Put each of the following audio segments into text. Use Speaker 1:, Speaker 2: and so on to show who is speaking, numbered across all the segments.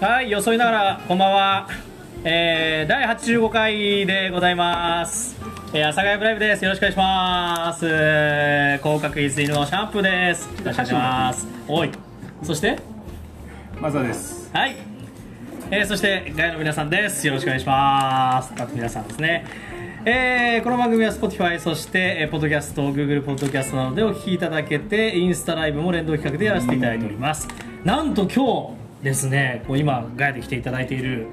Speaker 1: はい、よそいながら、こんばんは。えー、第85回でございます。えー、阿佐ヶ谷ブライブです。よろしくお願いします。えー広角一輪のシャンプーです。よろしくお願いします。おい。そして、
Speaker 2: マザです。
Speaker 1: はい。えー、そして、ガヤの皆さんです。よろしくお願いします。あと皆さんですね。えー、この番組は Spotify、そして、えー、ポッドキャスト、Google ポッドキャストなどでお聞きいただけて、インスタライブも連動企画でやらせていただいております。なんと今日ですね、こう今、ガヤで来ていただいている、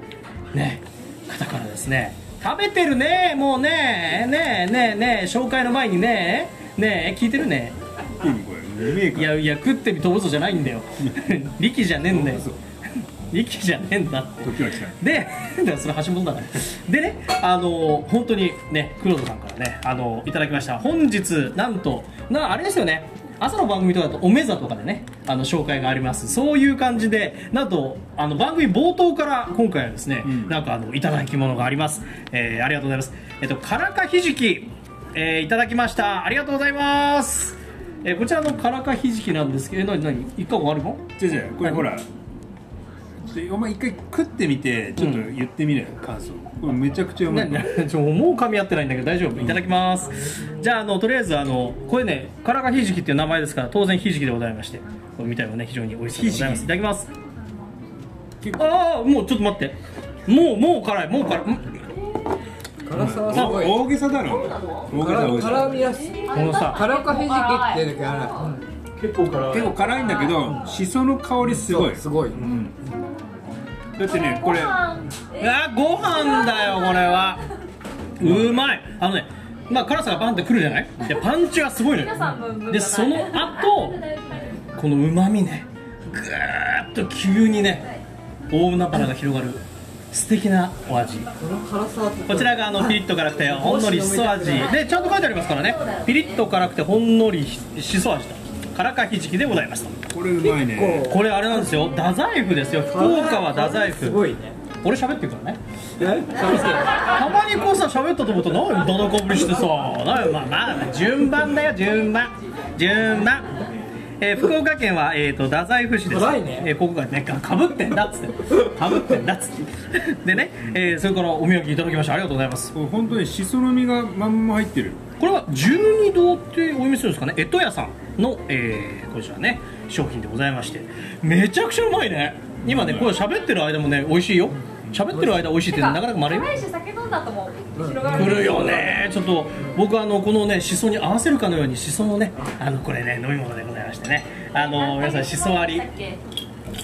Speaker 1: ね、方からですね、食べてるね、もうね、ねねね紹介の前にね、ね聞いてるね。
Speaker 2: いいこれ、リメイ
Speaker 1: いやいや、食ってみ飛ぶぞじゃないんだよ。力じゃねえんだよ。 力じゃねえんだって。
Speaker 2: 時は来た。
Speaker 1: で、だからそれ橋本だから。でね、あの本当にね、黒田さんからね、あのいただきました。本日なんとなあれですよね。朝の番組とかだとおめざとかでね、あの紹介があります。そういう感じで、なんとあの番組冒頭から今回はですね、
Speaker 2: ん
Speaker 1: なんかあのいただき物があります。えーありがとうございます。えっとカラカひじき、えーいただきました。ありがとうございます。えーこちらのカラカひじきなんですけど、え何何一個もあるの？
Speaker 2: じゃじゃ、これほら。でお前一回食ってみて、ちょっと言ってみる、感想。これめちゃくちゃうま。
Speaker 1: ないな ちょもう噛み合ってないんだけど大丈夫いただきます、じゃああのとりあえずあのこれねカラカひじきっていう名前ですから当然ひじきでございましてこれ見た目もね非常に美味しそうでございますい
Speaker 2: ひじき
Speaker 1: ただきます
Speaker 2: 結構
Speaker 1: ああもうちょっと待ってもうもう辛いもう辛いん
Speaker 3: 辛さはす
Speaker 2: あ
Speaker 3: ごい
Speaker 2: 大げさだろ。大げさ、大げ
Speaker 3: 辛
Speaker 2: さ。
Speaker 3: みやすい
Speaker 1: このさ
Speaker 3: 辛かひじきっていうのが
Speaker 2: 結構辛いんだけど、しその香りすごい。
Speaker 3: すごい
Speaker 2: だってね、これ。
Speaker 1: あーご飯だよこれはうまいあのねまあ辛さがバンってくるじゃないでパンチがすごいのよでその後このうまみねぐーっと急にね大海原が広がる素敵なお味
Speaker 3: この辛さは
Speaker 1: こちらがあのピリッと辛くてほんのりしそ味でちゃんと書いてありますからねピリッと辛くてほんのりしそ味と辛かひじきでございました
Speaker 2: これうまいね。
Speaker 1: これあれなんですよ太宰府ですよ福岡は太宰
Speaker 3: すご
Speaker 1: 府
Speaker 3: いね
Speaker 1: 俺喋ってるからね
Speaker 3: え辛さ
Speaker 1: たまにこうさ喋ったと思ったら何だだかぶりしてさなまあまあ順番だよ順番順番えー福岡県は、えー、と太宰府市です、
Speaker 3: 辛いね
Speaker 1: えーここがねかかぶってんだっつってかぶってんだっつってでね、えーそれからお土産いただきましたありがとうございます
Speaker 2: これ本当にしその実がまんま入ってる。
Speaker 1: これは十二堂ってお店ですかね江戸屋さんの、えーこちらね商品でございましてめちゃくちゃうまいね今ねこれ喋ってる間もね美味しいよ喋ってる間美味しいってなかなかまれよ
Speaker 4: 辛いし酒飲んだとも広が
Speaker 1: 来
Speaker 4: る
Speaker 1: るよねちょっと僕あのこのねしそに合わせるかのようにしそのねあのこれね飲み物でございましてねあの皆さんしそ割り
Speaker 4: 作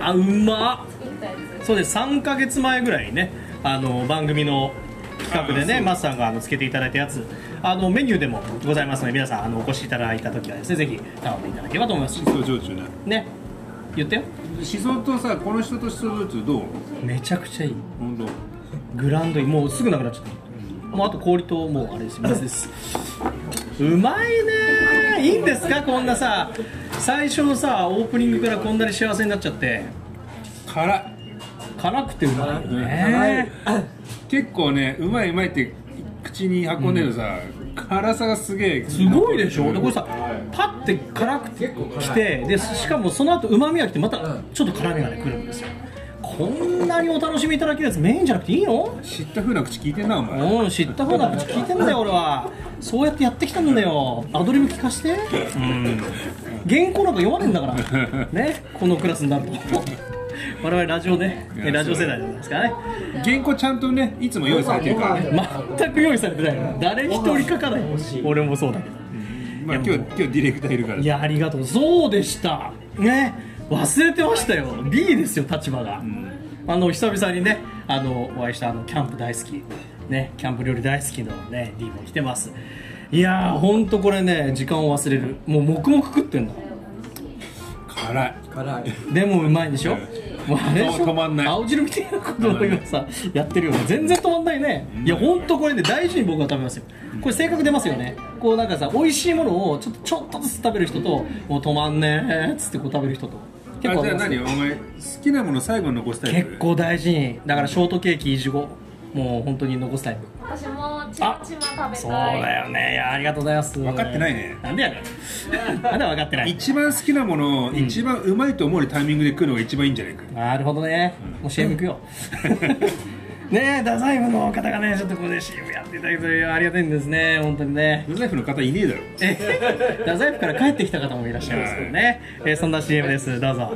Speaker 1: あうまっ
Speaker 4: ったやつ
Speaker 1: そうです3ヶ月前ぐらいにねあの番組の企画で
Speaker 2: あ
Speaker 1: ね
Speaker 2: そう
Speaker 1: マスさんがあのつけていただいたやつあのメニューでもございますので皆さんあのお越しいただいた時はですねぜひ頼んでいただければと思います
Speaker 2: しそ焼酎ね。
Speaker 1: ね言ってよ
Speaker 2: しそとさ、この人としそ焼酎どう。
Speaker 1: めちゃくちゃいい
Speaker 2: 本当。
Speaker 1: グランドインもうすぐなくなっちゃったもうあと氷ともうあれです水ですうまいねいいんですかこんなさ最初のさオープニングからこんなに幸せになっちゃって
Speaker 2: 辛い。
Speaker 1: 辛くてうまいよ
Speaker 3: 辛
Speaker 1: ね
Speaker 3: い
Speaker 2: 結構ねうまいうまいって口に運んでるさ、辛さがすげえ
Speaker 1: すごいでしょでこれさ
Speaker 2: はい
Speaker 1: パッて辛くて
Speaker 3: 結構辛い
Speaker 1: きてでしかもその後うまみが来てま
Speaker 3: う
Speaker 1: た
Speaker 3: ん
Speaker 1: ちょっと辛みがねくるんですよこんなにお楽しみいただけるやつメインじゃなくていいの
Speaker 2: 知ったふうな口聞いてんなお前
Speaker 1: うん、知った方な口聞いてんだよ俺はそうやってやってきたんだよアドリブ聞かしてうん原稿なんか読まねえんだからねこのクラスになると我々ラジオね
Speaker 2: いや
Speaker 1: ラジオ世代じゃないですからね
Speaker 2: 原稿ちゃんとねいつも用意され てるからね
Speaker 1: 全く用意されてないよ誰一人書かない俺もそうだけど
Speaker 2: まあ今日今日ディレクターいるから
Speaker 1: いやありがとうそうでしたね忘れてましたよ B ですよ立場が、あの久々にねあのお会いしたあのキャンプ大好きねキャンプ料理大好きのね D も来てますいやーほんとこれね時間を忘れるもう黙々食ってんだ
Speaker 2: 辛い
Speaker 3: 辛い
Speaker 1: でもうまいんでしょもうあれでしょ
Speaker 2: 止まんない
Speaker 1: 青汁みたいなことを今さやってるよね全然止まんないねいやほんとこれね大事に僕は食べますよこれ性格出ますよねこうなんかさ美味しいものをちょっとちょっとずつ食べる人ともう止まんねーっつってこう食べる人と結構あ
Speaker 2: あじ
Speaker 1: り
Speaker 2: ゃあ
Speaker 1: ます
Speaker 2: 何
Speaker 1: よ
Speaker 2: お前好きなもの最後に残したい
Speaker 1: 結構大事にだからショートケーキいちごもう本当に残すタイプ
Speaker 4: 私もまんちまんちまん食
Speaker 1: そ
Speaker 4: べ
Speaker 1: う
Speaker 4: たい
Speaker 1: だよねいやありがとうございます分
Speaker 2: かってないね
Speaker 1: なんでやねんなんで分かってない
Speaker 2: 一番好きなものを一番うまいと思えるタイミングで食うのが一番いいんじゃないか、
Speaker 1: なるほどね、もう CM 行く よねえ太宰府の方がねちょっとここで CM やっていただけてありがたいんですね本当にね
Speaker 2: 太宰府の方いねえだろ
Speaker 1: えへ太宰府から帰ってきた方もいらっしゃいますけどね、えーそんな CM ですどうぞ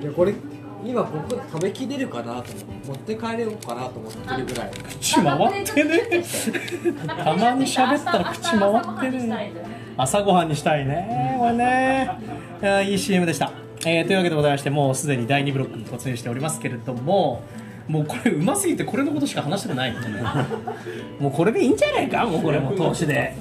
Speaker 3: いやこれ今僕食べきれるかなと思って持って帰れようかなと思ってるぐらい
Speaker 1: 口回ってねたまに喋ったら口回ってね朝ごはんにしたいねこれねいやいい CM でした、えーというわけでございましてもうすでに第2ブロックに突入しておりますけれどももうこれうますぎてこれのことしか話してない もんねもうこれでいいんじゃないかもうこれも投資で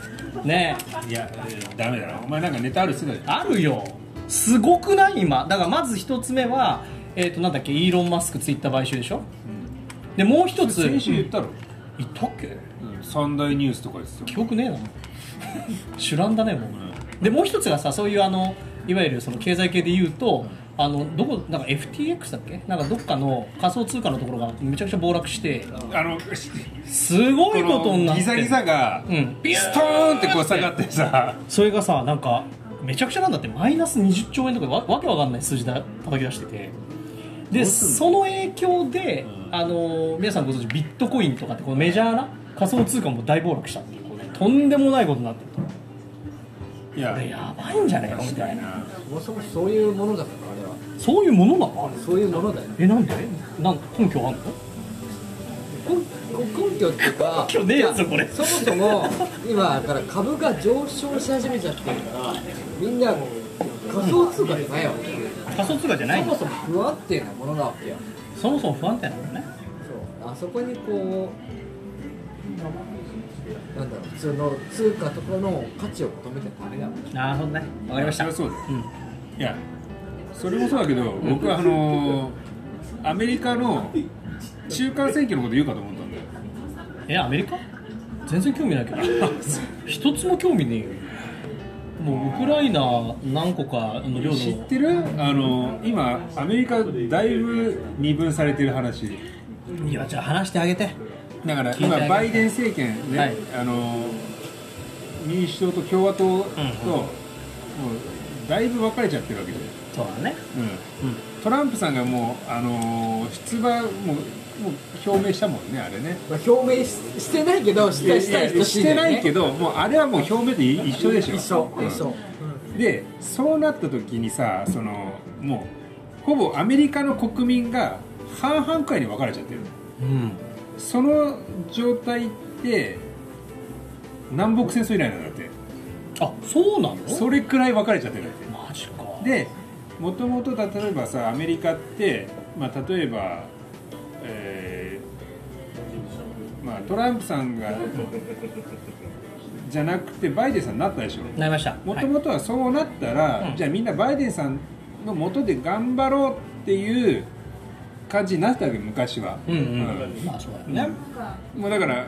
Speaker 1: ねえ
Speaker 2: いやダメだなお前なんかネタあるっすぐ
Speaker 1: あるよすごくない今だからまず一つ目はえっ、となんだっけイーロン・マスクツイッター買収でしょ、でもう一つ
Speaker 2: 先週言ったろ、
Speaker 1: 言ったっけ
Speaker 2: 三大ニュースとかですよ
Speaker 1: 記憶ねえな主覧だねもう、でもう一つがさそういうあのいわゆるその経済系で言うと、あのどこなんか FTX だっけなんかどっかの仮想通貨のところがめちゃくちゃ暴落して
Speaker 2: あの
Speaker 1: すごいことになって
Speaker 2: ギザギザが、
Speaker 1: うん
Speaker 2: ストーンってこう下がってさ
Speaker 1: それがさなんかめちゃくちゃなんだってマイナス20兆円とかわわけわかんない数字だ叩き出しててでその影響で、あの皆さんご存知ビットコインとかってこのメジャーな仮想通貨も大暴落したっていうこうねとんでもないことになってると
Speaker 2: い
Speaker 1: こ
Speaker 2: や
Speaker 1: れやばいんじゃないかみ
Speaker 2: 確
Speaker 1: た
Speaker 2: か
Speaker 1: い
Speaker 2: に
Speaker 1: な
Speaker 2: な
Speaker 3: そもそもそういうものだからあれは
Speaker 1: そういうものなのあれ
Speaker 3: そういうものだよ
Speaker 1: えなんでなん根拠あんの
Speaker 3: 根根拠っていうか
Speaker 1: 根拠ねえやつこれ
Speaker 3: そもそも今だから株が上昇し始めちゃってるからみんな仮想通貨じゃないわけ
Speaker 1: 仮想通貨じゃない
Speaker 3: そ
Speaker 1: ん
Speaker 3: も
Speaker 1: だ
Speaker 3: そも不安定なものなわけよ
Speaker 1: そもそも不安定なのね
Speaker 3: そうあそこにこうなんだろう普通の通貨とかの価値を求めてダメだもん
Speaker 1: なるほどねわかりました
Speaker 2: そりゃそうだよ
Speaker 1: ん
Speaker 2: いやそれもそうだけど僕はあのーアメリカの中間選挙のこと言うかと思ったんだよ
Speaker 1: えアメリカ全然興味ないけど 一つも興味ねえよもうウクライナ何個かの領
Speaker 2: 知
Speaker 1: 土
Speaker 2: ってるあのー今アメリカだいぶ二分されてる話
Speaker 1: いやじゃあ話してあげて
Speaker 2: だから
Speaker 1: 聞いてあ
Speaker 2: 今
Speaker 1: げて
Speaker 2: バイデン政権ね、
Speaker 1: はい
Speaker 2: あのー民主党と共和党と、もうだいぶ分かれちゃってるわけじゃん
Speaker 1: そうだね
Speaker 2: うんトランプさんがもう、あのー出馬もうもう表明したもんねあれね
Speaker 3: まあ、表明ししてないけどしたいしたい人
Speaker 2: してないけ
Speaker 3: ど
Speaker 2: どもうあれはもう表明で一緒でしょ
Speaker 3: 一緒
Speaker 2: うん
Speaker 3: 一緒
Speaker 2: でそうなった時にさそのもうほぼアメリカの国民が半々くらいに分かれちゃってる
Speaker 1: うん
Speaker 2: その状態って南北戦争以来なんだって
Speaker 1: あそうなの
Speaker 2: それくらい分かれちゃってるんだって
Speaker 1: マジか
Speaker 2: でもともと例えばさアメリカって、まあ、例えば、えーまあ、トランプさんがじゃなくてバイデンさんになったでしょ
Speaker 1: なりました
Speaker 2: も
Speaker 1: はい
Speaker 2: ともとはそうなったら、
Speaker 1: うん
Speaker 2: じゃあみんなバイデンさんのもとで頑張ろうっていう感じになってたわけ昔は、
Speaker 1: うんうん、
Speaker 2: う
Speaker 1: まあそうだよね、
Speaker 2: んもうだから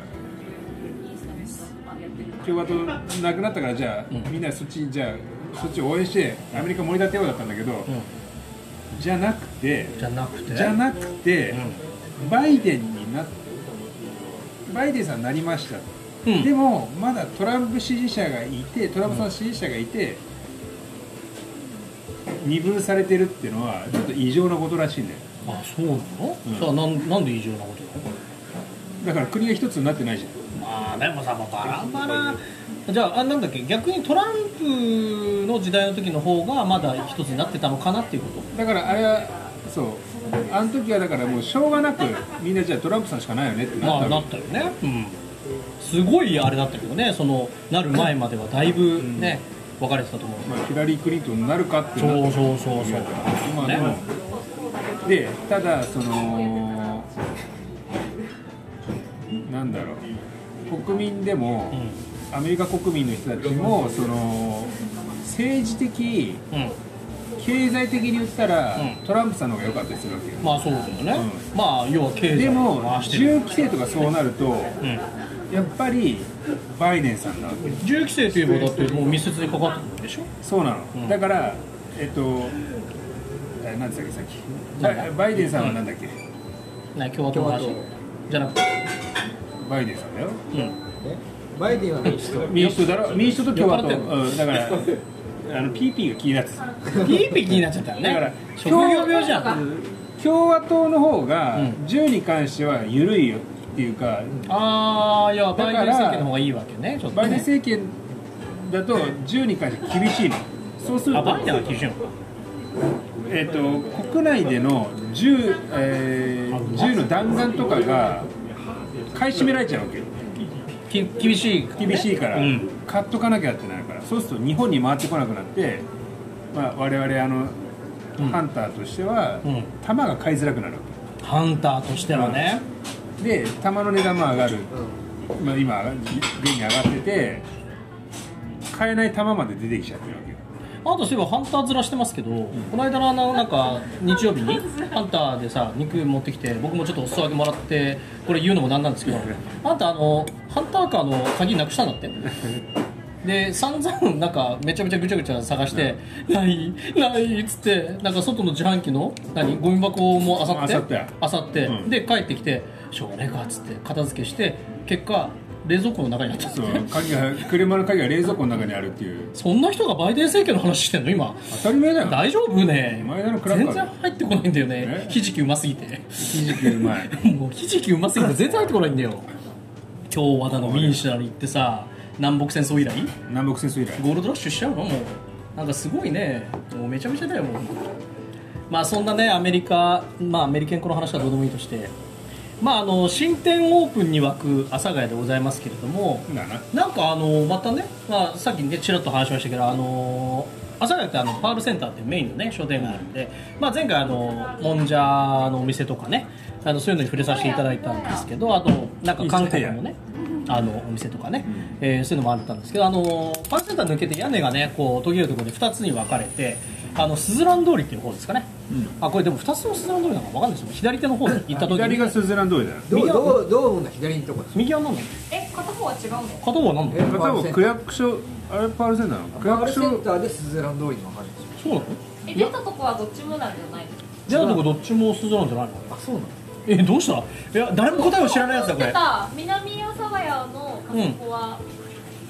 Speaker 2: 共和党なくなったからじゃあ、
Speaker 1: うん
Speaker 2: みんなそっちじゃあそっちを応援してアメリカ盛り立てようだったんだけど、
Speaker 1: う
Speaker 2: じゃなくて
Speaker 1: ん、じゃなくて
Speaker 2: じゃなくて、
Speaker 1: う
Speaker 2: バイデンになっバイデンさんになりました、
Speaker 1: ん、うん
Speaker 2: でもまだトランプ支持者がいてトランプさん支持者がいて、二分されてるっていうのはちょっと異常なことらしいんだよ
Speaker 1: あそうなの、
Speaker 2: うん
Speaker 1: さあなんなんで異常なことなの
Speaker 2: だから国が一つになってないじゃ
Speaker 1: まあでもさもうバラバラじゃああなんだっけ逆にトランプの時代の時の方がまだ一つになってたのかなっていうこ
Speaker 2: んだからあれはそうあの時はだからもうしょうがなくみんなじゃあトランプさんしかないよねって
Speaker 1: と
Speaker 2: なった
Speaker 1: まあ
Speaker 2: わけ
Speaker 1: なったよねうんすごいあれだったけどねそのなる前まではだいぶね、分かれてたと思う
Speaker 2: まあ、ヒラリー・クリントンになるかってなった
Speaker 1: そうそうそうそう
Speaker 2: まあでも
Speaker 1: ね、
Speaker 2: でただそのなんだろう国民でも、
Speaker 1: う
Speaker 2: アメリカ国民の人たちもその政治的
Speaker 1: ん、うん、
Speaker 2: 経済的に言ったら、
Speaker 1: うん
Speaker 2: トランプさんの方が良かったりするわけよ、
Speaker 1: まあそうだよね、
Speaker 2: う
Speaker 1: まあ要は経
Speaker 2: で
Speaker 1: 済
Speaker 2: も
Speaker 1: を回して
Speaker 2: 銃
Speaker 1: る
Speaker 2: 規制とかそうなると
Speaker 1: うん
Speaker 2: やっぱりバイデンさんなわけ
Speaker 1: 銃規制といえばだってもう密接にかかってくるんでしょ
Speaker 2: そうなの、
Speaker 1: ん
Speaker 2: だからえっとえなんつったっけさっきバイバイデンさんはなんだっけ、
Speaker 1: ね共和党の話
Speaker 3: 共和
Speaker 1: じゃなくて
Speaker 2: バイデンさんだよ
Speaker 1: うん
Speaker 3: えバイデンは民主党
Speaker 2: 民主党だろ民主党と共和党、
Speaker 1: 酔っ払ってんの
Speaker 2: うん、だから あの PP が気になってた
Speaker 1: ピーピー気になっちゃったよね
Speaker 2: だから
Speaker 1: 職業病じゃん
Speaker 2: 共和党の方が
Speaker 1: うん
Speaker 2: 銃に関しては緩いよっていうか、
Speaker 1: ああいや
Speaker 2: か
Speaker 1: バ
Speaker 2: ら
Speaker 1: イデン政権の方がいいわけねちょっと
Speaker 2: バイデン
Speaker 1: ね
Speaker 2: 政権だと銃に関して厳しいのそうする
Speaker 1: あ
Speaker 2: と
Speaker 1: バイデンは厳しいのか
Speaker 2: えっと国内での銃,、えー銃の弾丸とかが買い占められちゃうわけよ
Speaker 1: き厳しいからね
Speaker 2: 厳しいから、
Speaker 1: うん
Speaker 2: 買っとかなきゃってなるからそうすると日本に回ってこなくなって、まあ、我々あの、
Speaker 1: うん
Speaker 2: ハンターとしては、
Speaker 1: うん
Speaker 2: 弾が買いづらくなるわ
Speaker 1: ハンターとしてはね
Speaker 2: けで弾の値段も上がる、まあ、今現に上がってて買えない弾まで出てきちゃってるわけよ
Speaker 1: あとそういえばハンター面してますけど、この間のあのなんか日曜日 にハンターでさ肉持ってきて僕もちょっとお裾分けもらってこれ言うのもなんなんですけどあんたあのハンターカーの鍵なくしたんだ ってで散々なんかめちゃめちゃぐちゃぐちゃ探して「ないない」っつってなんか外の自販機の何ゴミ箱もあさって
Speaker 2: 漁って
Speaker 1: 漁って
Speaker 2: うん
Speaker 1: で帰ってきて「しょうがねえか」っつって片付けして結果冷蔵庫の中にあったんです
Speaker 2: そう
Speaker 1: ね
Speaker 2: 鍵が車の鍵が冷蔵庫の中にあるっていう
Speaker 1: そんな人がバイデン政権の話してんの今
Speaker 2: 当たり前だよ
Speaker 1: 大丈夫ね
Speaker 2: 前田のクラッ
Speaker 1: 全
Speaker 2: カー
Speaker 1: 然入ってこないんだよね
Speaker 2: え
Speaker 1: ひじきうますぎ て
Speaker 2: ひじきうまい
Speaker 1: もうひじきうますぎて全然入ってこないんだよ共和だの民主だの言ってさ南北戦争以来
Speaker 2: 南北戦争以来
Speaker 1: ゴールドラッシュしちゃうのもうなんかすごいねもうめちゃめちゃだよもうまあそんなねアメリカまあアメリケンコの話はどうでもいいとしてまああの新店オープンに湧く阿佐ヶ谷でございますけれども、
Speaker 2: だ な
Speaker 1: なんかあのまたね、まあ、さっきねちらっと話しましたけどあの阿佐ヶ谷ってあのパールセンターっていうメインのね商店街あるんで、まあ、前回あのもんじゃのお店とかねあのそういうのに触れさせていただいたんですけどあとなんか韓国のねあのお店とかね、えーそういうのもあったんですけどあのパールセンター抜けて屋根がねこう途切れるところで2つに分かれてあのスズラン通りっていう方ですかね、あこれでも2つのスズラン通りなのか分かんないですけど左手の方に行った時
Speaker 2: 左がスズラン通りだよ
Speaker 3: どう
Speaker 1: 右は
Speaker 3: どうどう思うんだ左のとこだ
Speaker 1: 右は何なの
Speaker 4: え、片方は違うんです
Speaker 1: 片方は何だ
Speaker 3: え
Speaker 1: ろう
Speaker 2: 多分区役所あれパールセンターなの区
Speaker 3: パー
Speaker 2: 役
Speaker 3: ルセ
Speaker 2: 所
Speaker 3: ンターでスズラン通りの分かるでし
Speaker 1: そ
Speaker 3: ょ
Speaker 1: うなの
Speaker 4: え、出たとこはどっちもなんじゃないですか
Speaker 1: じゃあどこどっちも鈴なんじゃないの
Speaker 3: あそうなの
Speaker 1: えどうしたいや誰も答えを知らないやつだこ
Speaker 4: 出
Speaker 1: れ
Speaker 4: た南阿佐ヶ谷の片方は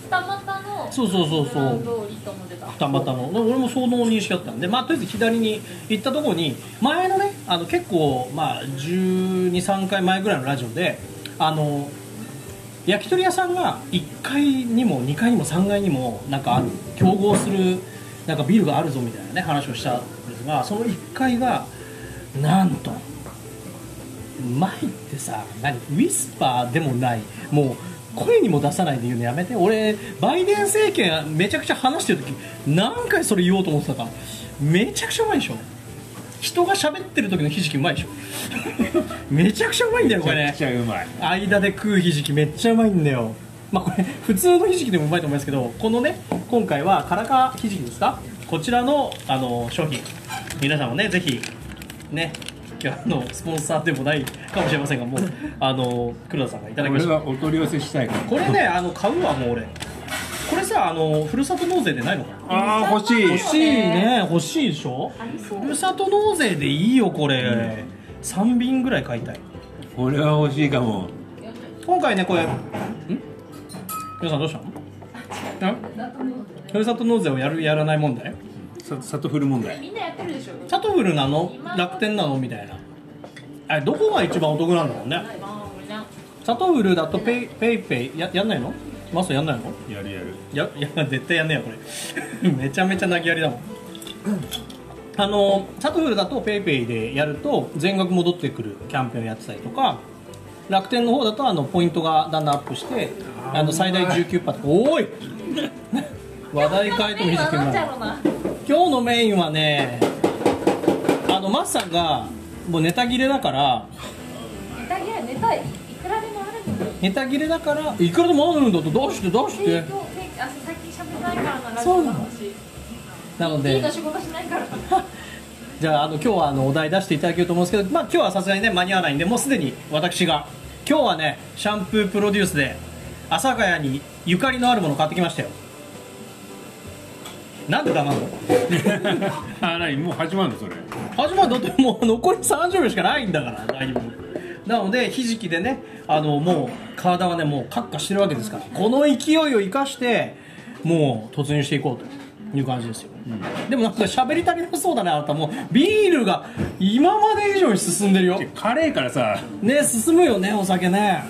Speaker 4: 二股の
Speaker 1: そうそうそうそう
Speaker 4: ブランド通りとも出た
Speaker 1: たまたまで俺もその認識だったんでまあとりあえず左に行ったところに前のねあの結構まあ1 2 3回前ぐらいのラジオであの焼き鳥屋さんが1階にも2階にも3階にもなんかある競合するなんかビルがあるぞみたいなね話をしたんですがその1階がなんと前ってさ何ウィスパーでもないもう声にも出さないで言うのやめて俺バイデン政権めちゃくちゃ話してる時何回それ言おうと思ってたかめちゃくちゃうまいでしょ人が喋ってる時のひじきうまいでしょ めちゃくちゃうまいんだよこれ
Speaker 2: めちゃ
Speaker 1: ね
Speaker 2: くちゃうまい
Speaker 1: 間で食うひじきめっちゃうまいんだよまあこれ普通のひじきでもうまいと思いますけどこのね今回はカラカひじきですかこちらのあの商品皆さんもねぜひね今日あのスポンサーでもないかもしれませんがもうあの黒田さんがいただきま
Speaker 2: 俺
Speaker 1: した
Speaker 2: はお取り寄せしたいから
Speaker 1: これねあの買うわもう俺これさあのふるさと納税でないのかな
Speaker 2: ああ欲しい
Speaker 4: 欲
Speaker 1: 欲しいね欲しいでしょ
Speaker 4: ありそう
Speaker 1: ふるさと納税でいいよこれ、3瓶ぐらい買いたい
Speaker 2: これは欲しいかも
Speaker 1: 今回ねこれん皆さんどうしたのんふるさと納税をやるやらない問題
Speaker 2: さ里フル問題
Speaker 4: みんなやってるでしょ
Speaker 1: チャトフルなの楽天なのみたいなあれどこが一番お得なんだろうね
Speaker 4: あー俺な
Speaker 1: チャトフルだとペイペイペイややんないのマスターやんないの
Speaker 2: やるやる
Speaker 1: や いや絶対やんねえよこれ めちゃめちゃ投げやりだもんあのチャトフルだと PayPay ペイペイでやると全額戻ってくるキャンペーンをやってたりとか楽天の方だとあのポイントがだんだんアップしてあの最大19%とかおーい 話題変えてもいいですけど
Speaker 4: 今日のメインはなんじゃろうな
Speaker 1: 今日のメインはねあのマッサンがもうネタ切れだから
Speaker 4: イタリアネタいくらでもあるのに
Speaker 1: ネタ切れだからいくらでもあるんだとどうしてどうして
Speaker 4: 提供提供あさっき喋ってないからなラジオの話
Speaker 1: なの
Speaker 4: い
Speaker 1: で
Speaker 4: いの仕事しないから
Speaker 1: じゃああの今日はあのお題出していただけると思うんですけど、まあ、今日はさすがにね間に合わないんでもうすでに私が今日はねシャンプープロデュースで阿佐ヶ谷にゆかりのあるもの買ってきましたよなんで黙んの
Speaker 2: あ何もう始まるのそれ
Speaker 1: 始まるだってもう残り30秒しかないんだから大丈夫なのでひじきでねあのもう体はねもうカッカしてるわけですからこの勢いを生かしてもう突入していこうという感じですよ、でもなんか喋り足りなそうだねあなたもうビールが今まで以上に進んでるよ
Speaker 2: カレーからさ
Speaker 1: ね進むよねお酒ね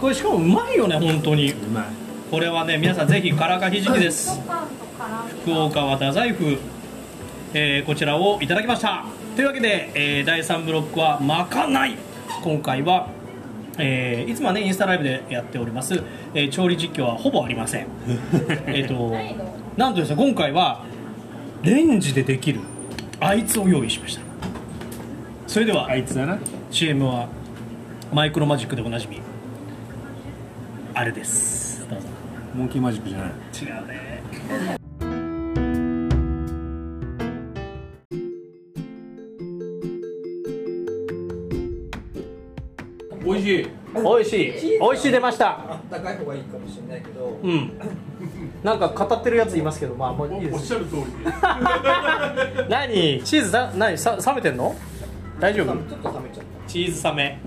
Speaker 1: これしかもうまいよね本当に
Speaker 2: うまい
Speaker 1: これはね皆さんぜひカラカひじきです
Speaker 4: ご飯と辛味
Speaker 1: 福岡は太宰府、えーこちらをいただきましたというわけで、えー第3ブロックはまかない今回は、えーいつもはねインスタライブでやっております、えー調理実況はほぼありませんえっと
Speaker 4: ないの
Speaker 1: なんとですね今回はレンジでできるあいつを用意しましたそれでは
Speaker 2: あいつだな
Speaker 1: CM はマイクロマジックでおなじみあれですどうぞ
Speaker 2: モンキーマジックじゃない
Speaker 1: 違うね
Speaker 2: 美味しい
Speaker 1: 美味しい美味しい出ました
Speaker 3: あったかい方がいいかもしれないけど
Speaker 1: うん。なんか語ってるやついますけど、まあ、もういいで
Speaker 2: おっ
Speaker 1: す。
Speaker 2: しゃる通り
Speaker 1: 何、チーズだ、何、さ、冷めてんの。大丈夫。
Speaker 3: ちょっと冷めちゃっ
Speaker 1: チーズ冷め。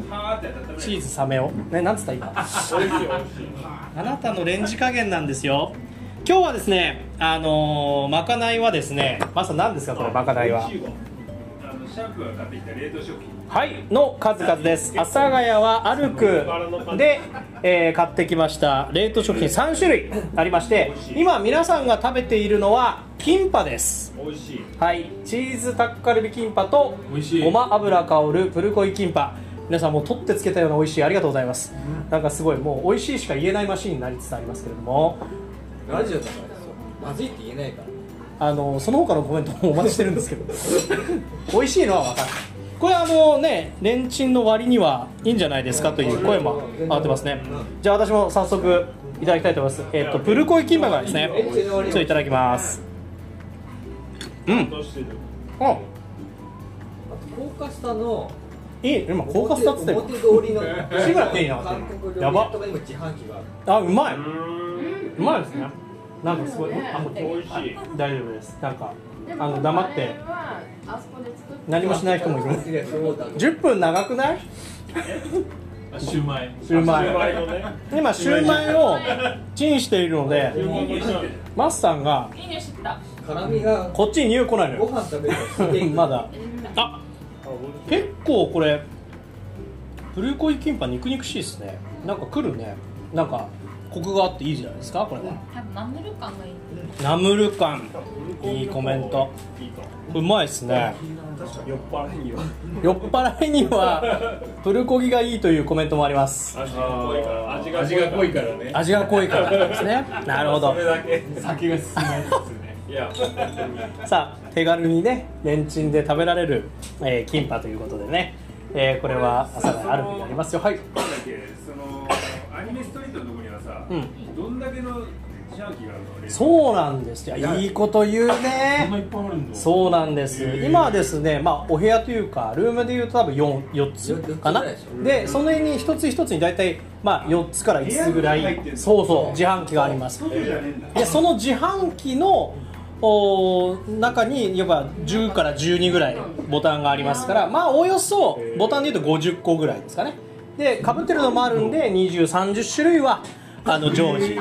Speaker 1: チーズ冷めを。ね、なんつった 今。あなたのレンジ加減なんですよ。今日はですね、あのーまかないはですね、まさ何ですか、これまかないは。
Speaker 2: シャンプーが買ってきた冷凍食品
Speaker 1: はい、の数々です。阿佐ヶ谷は歩くで、えー買ってきました冷凍食品3種類ありまして、今皆さんが食べているのはキンパです。
Speaker 2: 美味しい
Speaker 1: はい、チーズタッカルビキンパと
Speaker 2: 美味しい
Speaker 1: ごま油香るプルコイキンパ皆さんもう取ってつけたような美味しいありがとうございます、なんかすごいもう美味しいしか言えないマシーンになりつつありますけれども
Speaker 3: たラジオだからですよまずいって言えないから
Speaker 1: あのその他のコメントもお待ちしてるんですけど美味しいのは分かるこれあのねレンチンの割にはいいんじゃないですかという声も上がってますねじゃあ私も早速いただきたいと思いますえっとプルコイキンパがですね
Speaker 3: レンチン
Speaker 1: ち
Speaker 3: の
Speaker 1: ょ
Speaker 3: 割
Speaker 1: っ
Speaker 3: に
Speaker 1: といただきますうんあ
Speaker 3: あと高架下の
Speaker 1: いい今高架スタッツって
Speaker 3: 表通りの
Speaker 1: 志村けんやな
Speaker 3: 韓国
Speaker 1: や
Speaker 3: 料理
Speaker 1: ば
Speaker 3: 屋とかにも自販機があ
Speaker 1: あ
Speaker 3: る
Speaker 1: うまいうまいですねなんかすごいあもう美味しい大丈夫ですなんかあの黙って何もしない人もいる
Speaker 3: いやそうだ
Speaker 1: 10分長くない
Speaker 5: シューマイ
Speaker 1: シューマイ
Speaker 5: シューマイのね
Speaker 1: 今シューマイをチンしているので
Speaker 5: う
Speaker 1: マスさんが
Speaker 4: いいね知った
Speaker 3: 辛みが
Speaker 1: こっちに匂い来ないの
Speaker 3: ご
Speaker 1: よ
Speaker 3: 飯食べるとすげえ
Speaker 1: まだあ結構これプルコイキンパ肉々しいですねなんか来るねなんかコクがあっていいじゃないですかこれは
Speaker 4: 多分ナムル感がいい
Speaker 1: ナムル感いいコメント
Speaker 5: いいと
Speaker 1: うまいですね
Speaker 5: 酔っ払いには
Speaker 1: 酔っ払いにはプルコギがいいというコメントもあります
Speaker 5: 味が濃いから味
Speaker 2: 味が濃いからね
Speaker 1: 味が濃いからですねなるほど
Speaker 5: それだけ酒が進まないですねいや本当に
Speaker 1: さあ手軽にねレンチンで食べられる、えーキンパということでね、えーこれは朝があるになりますよはい
Speaker 2: なんだっけそのアニメストリートのとこにはさ、
Speaker 1: うん
Speaker 2: どんだけの自販機があるのね
Speaker 1: そうなんですよいいこと言う
Speaker 5: こんない
Speaker 1: ね
Speaker 5: っぱいあるんだ
Speaker 1: そうなんです
Speaker 2: へー
Speaker 1: 今はですね、まあ、お部屋というかルームでいうと多分 4, 4つかな
Speaker 3: 四つぐ
Speaker 1: でその辺に一つ一つに大体、まあ、4つから5つぐら
Speaker 2: 部屋に入って
Speaker 1: い
Speaker 2: る
Speaker 1: そうそう自販機があります
Speaker 2: そうじゃねえんだ
Speaker 1: でその自販機のおー中にやっぱ10から12ぐらいボタンがありますからまあおおよそボタンでいうと50個ぐらいですかねでかぶってるのもあるんで2030種類はあの常時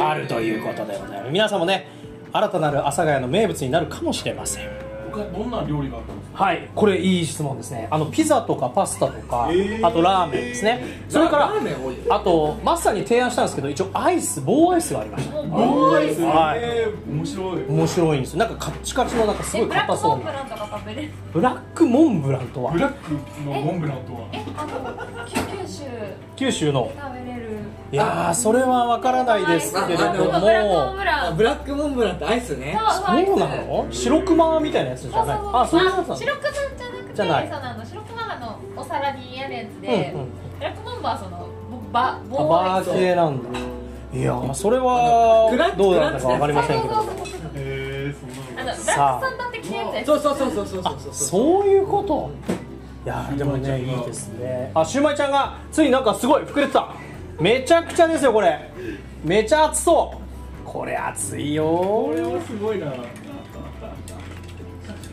Speaker 1: あるということでございます皆さんもね新たなる阿佐ヶ谷の名物になるかもしれません
Speaker 5: 他どんな料理があったんですか
Speaker 1: はいこれいい質問ですねあのピザとかパスタとかあとラーメンですねそれから
Speaker 3: ラーメン多いよ
Speaker 1: あとマスターに提案したんですけど一応アイス棒アイスがありましたはい
Speaker 5: 面白い
Speaker 1: 面白いんですよなんかカッチカチのなんかすご
Speaker 4: え
Speaker 1: い
Speaker 4: ブラッ
Speaker 1: 硬
Speaker 4: クモ
Speaker 1: そ
Speaker 4: ン
Speaker 1: う
Speaker 4: ブ
Speaker 1: な
Speaker 4: ランとか食べれる
Speaker 1: ブラックモンブランとは
Speaker 5: ブラックのモンブランとは
Speaker 4: えあの九九州食
Speaker 1: 九州の
Speaker 4: べれる
Speaker 1: いやーそれはわからないですけれど
Speaker 4: ブラックモン
Speaker 1: も
Speaker 4: ブ
Speaker 3: あ
Speaker 4: ラン
Speaker 3: ブラックモンブランってアイスね
Speaker 1: そうなの白熊みたいなやつじゃないあそういうやつなの
Speaker 4: 白熊さんじゃなくて
Speaker 1: じゃない
Speaker 4: そうなの白熊がのお皿にやるやつで、
Speaker 1: うんうん
Speaker 4: ブラックモンブはそのぼば
Speaker 1: あ
Speaker 4: 棒ア
Speaker 1: バ
Speaker 4: イス
Speaker 1: ー系なんだいやーそれは
Speaker 3: あのクラッチ
Speaker 1: どうなったかわかりませんけれど
Speaker 4: そうそうそうそう
Speaker 5: へえそん
Speaker 4: あ
Speaker 5: な
Speaker 4: のブラッ
Speaker 5: のが
Speaker 4: クサンダー的なやつです
Speaker 3: そうそうそうそうそうそ
Speaker 1: あ
Speaker 3: う
Speaker 1: そういうこといやーでも
Speaker 5: シュウマ
Speaker 1: ね
Speaker 5: イちゃん
Speaker 1: い
Speaker 5: が
Speaker 1: いですねあシュウマイちゃんがついになんかすごい膨れてためちゃくちゃですよこれめちゃ熱そうこれ熱いよ
Speaker 5: これはすごいな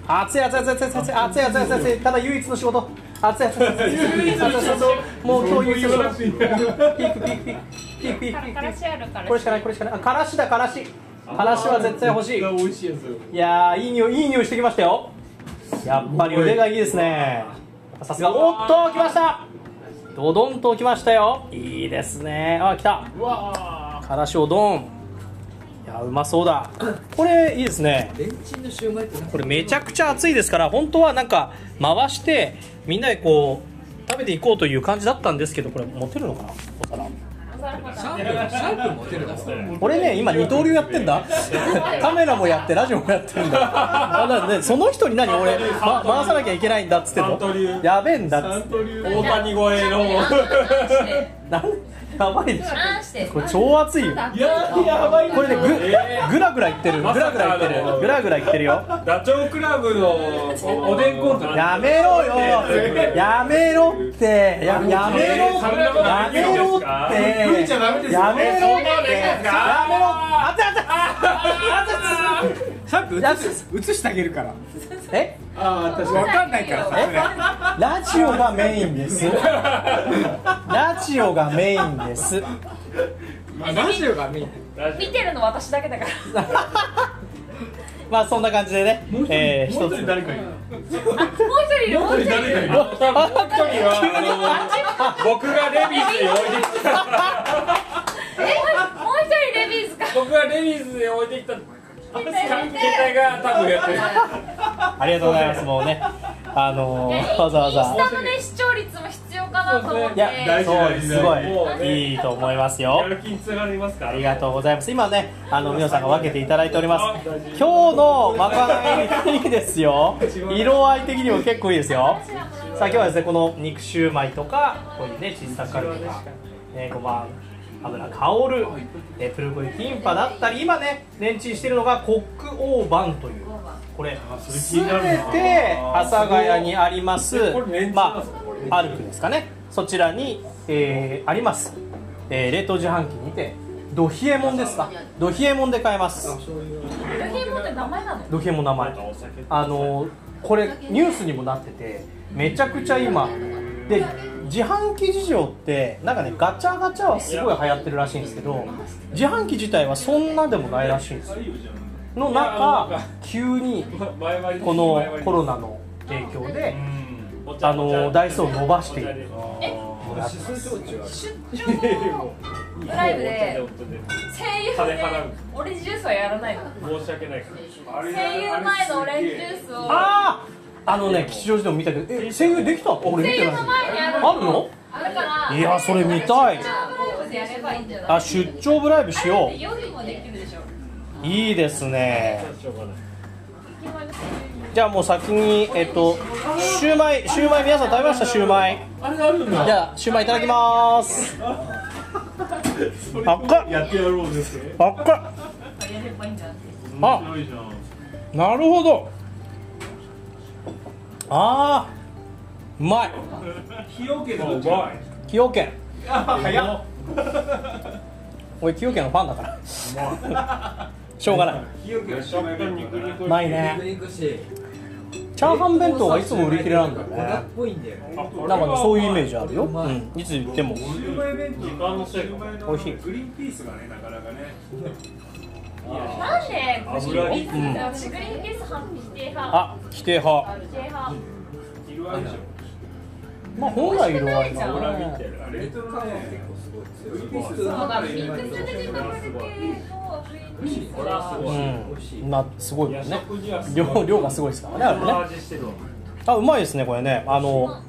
Speaker 1: 熱い熱い熱い熱い熱い熱い熱い熱い熱いただ唯一の仕事熱い熱い熱い熱い熱い熱い熱いもう今日唯一の仕事ピークピークピークピークピークピーク
Speaker 4: からしあるから
Speaker 1: これしかないこれしかないあからしだからしからしは絶対欲しい
Speaker 5: 絶対美味しいやつよ
Speaker 1: いやーいい匂いいい匂いしてきましたよやっぱり腕がいいですねさすがおっと来ましたドドンと来ましたよいいですねあ来た
Speaker 5: うわ
Speaker 1: からしをドンいやうまそうだこれいいですね
Speaker 3: レンチンのシューマイってなん
Speaker 1: こ
Speaker 3: か
Speaker 1: れめちゃくちゃ熱いですから本当はなんか回してみんなでこう食べていこうという感じだったんですけどこれ持てるのかなお皿
Speaker 3: シャープシャープ持てるだろ
Speaker 1: 俺ね今二刀流やって んだカメラもやってラジオもやってんだあだからねその人に何俺、ま、回さなきゃいけないんだっつってん
Speaker 5: 三刀流
Speaker 1: のやべえんだ
Speaker 5: ーサ
Speaker 1: っつっ
Speaker 5: ントリュ
Speaker 4: 大
Speaker 5: ー
Speaker 4: 谷超えの
Speaker 1: なんやばいでし
Speaker 4: あんして
Speaker 1: ょこれ超熱いよ
Speaker 5: いやーやばいな
Speaker 1: これねぐ
Speaker 5: え
Speaker 1: ぐらぐらいってるぐ
Speaker 5: ま
Speaker 1: ら
Speaker 5: さ
Speaker 1: ぐ
Speaker 5: から
Speaker 1: いって
Speaker 5: あの
Speaker 1: るぐらぐらいってるよ
Speaker 5: ーダチョウ倶楽部のおおでんコント
Speaker 1: やめろよやめろってややめろ
Speaker 5: そんなこと
Speaker 1: や
Speaker 5: できるん
Speaker 1: め
Speaker 5: で
Speaker 1: ろっ
Speaker 5: す
Speaker 1: て
Speaker 5: か
Speaker 1: やめろってやめろやめろあたあたあた
Speaker 2: シャープ映す映してあげるから
Speaker 1: え
Speaker 5: あー確
Speaker 2: わかんないからさすがに
Speaker 1: ラジオがメインです。ラジオがメインです。
Speaker 2: あラジオが見
Speaker 5: かに
Speaker 4: 見てるの私だけだから
Speaker 1: まあそんな感じでね、えー、
Speaker 5: もう
Speaker 1: 一
Speaker 5: 一人
Speaker 1: つ。
Speaker 5: 誰かいる
Speaker 4: あもう一人いるもう一人いる
Speaker 5: 誰かいる
Speaker 4: あ
Speaker 5: 僕がレビーズで置いてきた
Speaker 4: えもう一人レビーズか
Speaker 5: 僕がレビーズで置いてきた携帯が多分やってる
Speaker 1: ありがとうございます。もうね、あのー、わざわ
Speaker 4: インス
Speaker 1: ざ。
Speaker 4: タのね視聴率も必要かなと思って
Speaker 1: いや、
Speaker 5: 大事
Speaker 1: そう
Speaker 5: 大
Speaker 1: で
Speaker 5: 事
Speaker 1: す。すご
Speaker 5: もうね
Speaker 1: い。いいと思いますよ
Speaker 5: や。る気につながりますから
Speaker 1: ありがとうございます。今ね、あの皆さんが分けていただいております。今日のまかないいいですよ。色合い的にも結構いいですよ。さあ今日はですねこの肉シューマイとかこういうねチーズタッカルビとか、えー、ごま油香る、えープルコギキンパだったり今ねレンチンしてるのがコックオーバンというこれ
Speaker 5: それ
Speaker 1: 全
Speaker 5: 気
Speaker 1: て
Speaker 5: になるな
Speaker 1: 阿佐ヶ谷にあります
Speaker 5: これレンチンな
Speaker 1: ま
Speaker 5: んですかこれ
Speaker 1: あアルクですかねそちらに、えーあります、えー冷凍自販機にてドヒエモンですかドヒエモンで買えます
Speaker 4: ルフィモって名前なの
Speaker 1: ドヒエモン名前あのこれニュースにもなっててめちゃくちゃ今で自販機事情ってなんかねガチャガチャはすごい流行ってるらしいんですけど自販機自体はそんなでもないらしいんですよの中急にこのコロナの影響であの台数を伸ばしている
Speaker 4: 出張ライブで声優でオレンジジュースはやらないの
Speaker 5: 申し訳ない
Speaker 4: 声優前のオレンジジュースを
Speaker 1: あああのね吉祥寺でも見たけどえ声優できた俺見
Speaker 4: 声
Speaker 1: て
Speaker 4: 優
Speaker 1: ない
Speaker 4: の前にある
Speaker 1: あるの
Speaker 4: だから
Speaker 1: いやそれ見たい
Speaker 4: じゃあもうやればいいんじゃない
Speaker 1: あ出張ブライブしよ
Speaker 4: 夜もできるでしょ
Speaker 1: ういいですね
Speaker 5: しょうがない
Speaker 1: じゃあもう先にえっとシューマイシューマイ皆さん食べましたシューマイ
Speaker 5: あれあるん
Speaker 1: じ
Speaker 5: だ
Speaker 1: ゃあシューマイいただきますあっか
Speaker 5: やってやろうですね
Speaker 1: あっか
Speaker 4: やればいいんじゃない
Speaker 5: 面白いじゃん
Speaker 1: なるほどあーうまい
Speaker 5: 崎陽軒のうまい
Speaker 1: 崎陽軒
Speaker 5: あ早っ
Speaker 1: 俺崎陽軒のファンだからしょうがない
Speaker 5: 崎陽軒の食感肉肉
Speaker 1: うまい
Speaker 3: 食
Speaker 1: ね
Speaker 3: べにくいし
Speaker 1: チャーハン弁当がいつも売り切れなんだよ
Speaker 3: 粉っ
Speaker 1: ね
Speaker 3: ぽいんだよね
Speaker 1: なんかねそういうイメージ
Speaker 5: あ
Speaker 1: あるよ、うん、いつ行っても
Speaker 2: シューマイ弁当
Speaker 5: 時間のせいか
Speaker 1: 美味しい
Speaker 2: グリーンピースがねなかなかね
Speaker 4: なんで
Speaker 5: 油
Speaker 4: グリーンピ
Speaker 1: うん
Speaker 4: ース私グリーンピース派否定派
Speaker 1: あ規定派
Speaker 4: 否定派
Speaker 5: 色合いでしょ
Speaker 1: まあ本来色合いだ
Speaker 5: 裏見
Speaker 1: ね
Speaker 5: てるあれ
Speaker 2: レトロねグリーンピース
Speaker 4: そうだミッ
Speaker 2: 今
Speaker 4: クスで囲まれてもグリーンピースは
Speaker 1: うん、まあすごいよね
Speaker 5: 食事はすご
Speaker 1: 量
Speaker 5: い
Speaker 1: 量がすごいですからねあれ
Speaker 5: こ
Speaker 1: ね
Speaker 5: の味してるわ
Speaker 1: あうまいですねこれねあの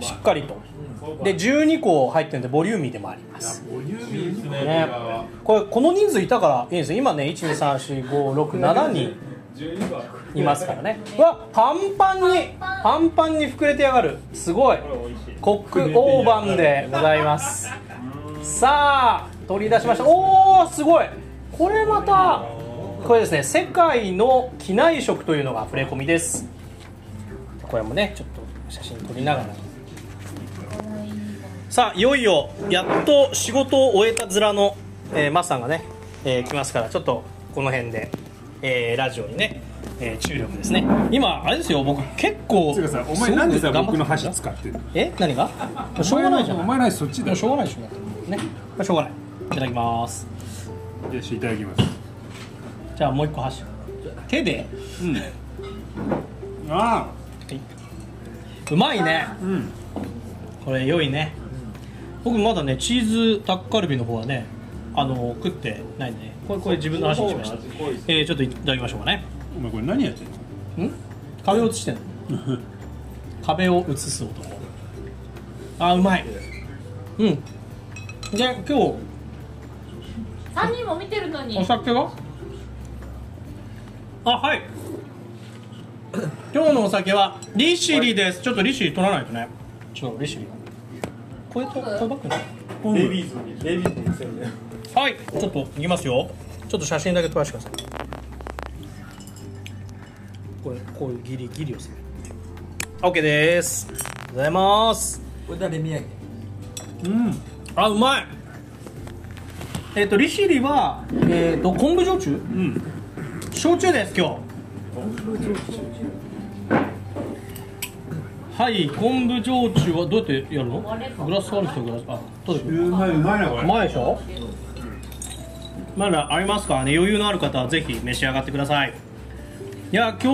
Speaker 1: しっかりとで12個入ってるんでボリューミーでもあります
Speaker 5: ボリューミーですね
Speaker 1: ねこれこの人数いたからいいんですよ今ね1234567人
Speaker 5: 12個ある
Speaker 1: いますからねうわパンパンにパンパンに膨れてやがるすごい
Speaker 5: これ美味しい
Speaker 1: コックオーバンでございますさあ取り出しましたおおすごいこれまたこれですね世界の機内食というのが触れ込みですこれもねちょっと写真撮りながらさあいよいよやっと仕事を終えた面の、えーマスさんがね、えー来ますからちょっとこの辺で、えーラジオにね、えー注力ですね今あれですよ僕結構
Speaker 2: つうかさお前なんでさ
Speaker 1: すごく
Speaker 2: 僕
Speaker 1: 頑
Speaker 2: の
Speaker 1: 張って
Speaker 2: 箸使ってんの
Speaker 1: え何がしょうがないじゃん
Speaker 2: お
Speaker 1: も
Speaker 2: 前の箸そっちだ
Speaker 1: う
Speaker 2: よ
Speaker 1: しょうがないでしょだってねこれしょうがないいただきます
Speaker 2: よしいただきます
Speaker 1: じゃあもう一個箸手で
Speaker 2: あ
Speaker 1: うまいね
Speaker 2: あうん
Speaker 1: これ良いね、僕まだねチーズタッカルビの方はねあの食ってないんでねこれこれ自分の話にしましたえー、ちょっといただきましょうかね
Speaker 2: お前これ何やってんの
Speaker 1: 壁を映 してんの壁を映す男あーうまいうんで今日
Speaker 4: 三人も見てるのに
Speaker 1: お酒はあはい今日のお酒は利尻ですちょっと利尻取らないとねちょっと利尻がこれとこれバッグね
Speaker 5: レビーズにレビーズにせんだよ
Speaker 1: はい、ちょっといきますよ。ちょっと写真だけ撮らせてください。これ、こういうギリギリをする。オッケーです。ありがとうございます。
Speaker 3: これ誰宮城
Speaker 2: うん
Speaker 1: あ、うまい。えっ、と、利尻は、えっ、と、昆布焼酎。
Speaker 2: ん
Speaker 1: 焼酎です、今日。はい、昆布焼酎はどうやってやるの。グラスある人、グラス、あ、取ってくる
Speaker 2: うまいうまいなこ
Speaker 1: うまいでしょまだありますからね余裕のある方はぜひ召し上がってくださいいや今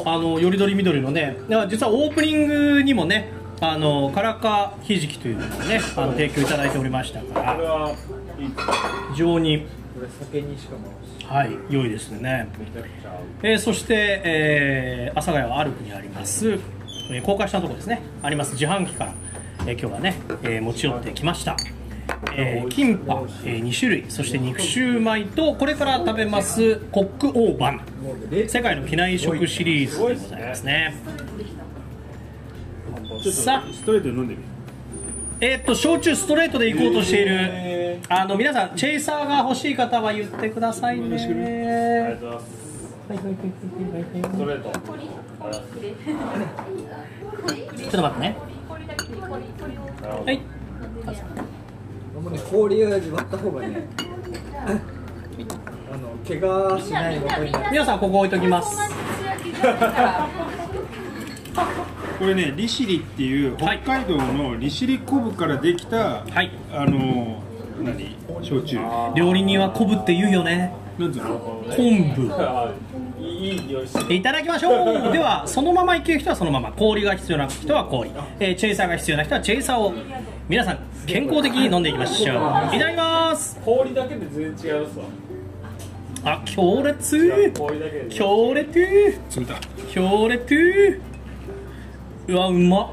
Speaker 1: 日あのよりどりみどりのねいや実はオープニングにもねあのカラカひじきというのをねあの提供いただいておりましたか
Speaker 5: こ
Speaker 1: ら
Speaker 5: れはいい
Speaker 1: 非常に
Speaker 3: これ酒にしかも
Speaker 1: はい良いですね
Speaker 5: めちゃくちゃ合う
Speaker 1: えーそして、えー、阿佐ヶ谷はアルプにあります、えー、公開したとこですねあります自販機から、えー今日はね、えー持ち寄ってきました、えー、キンパ、え2種類そして肉シューマイとこれから食べますコックオーバン
Speaker 3: もう冷
Speaker 1: 世界の機内食シリーズでございますね
Speaker 2: ちょっと
Speaker 1: さ
Speaker 2: ストレートで飲んでみ
Speaker 1: えーっと焼酎ストレートでいこうとしている、あの皆さんチェイサーが欲しい方は言ってくださいね
Speaker 5: ありがとうございますストレート
Speaker 4: コリコリコリコリ
Speaker 1: ちょっと待ってね
Speaker 4: コリだけコリコリコリ
Speaker 1: はい
Speaker 3: もうね氷を割った方がね あの怪我しないことになる
Speaker 1: 皆さんここ置いときます
Speaker 2: るこれね利尻っていう
Speaker 1: は
Speaker 2: 北
Speaker 1: い
Speaker 2: 海道の利尻昆布からできた、
Speaker 1: はい
Speaker 2: あの何焼酎
Speaker 1: 料理人は昆布って言うよね
Speaker 2: なんつうの
Speaker 1: 昆布
Speaker 5: あーいいいい匂いしてる
Speaker 1: いただきましょうではそのままいける人はそのまま氷が必要な人は氷、えーチェイサーが必要な人はチェイサーを皆さん健康的に飲んでいきましょういただきます
Speaker 5: 氷だけで全然違いますわ
Speaker 1: あ強烈
Speaker 5: 氷だけで
Speaker 1: 強烈
Speaker 2: 冷た
Speaker 1: 強烈うわうまっ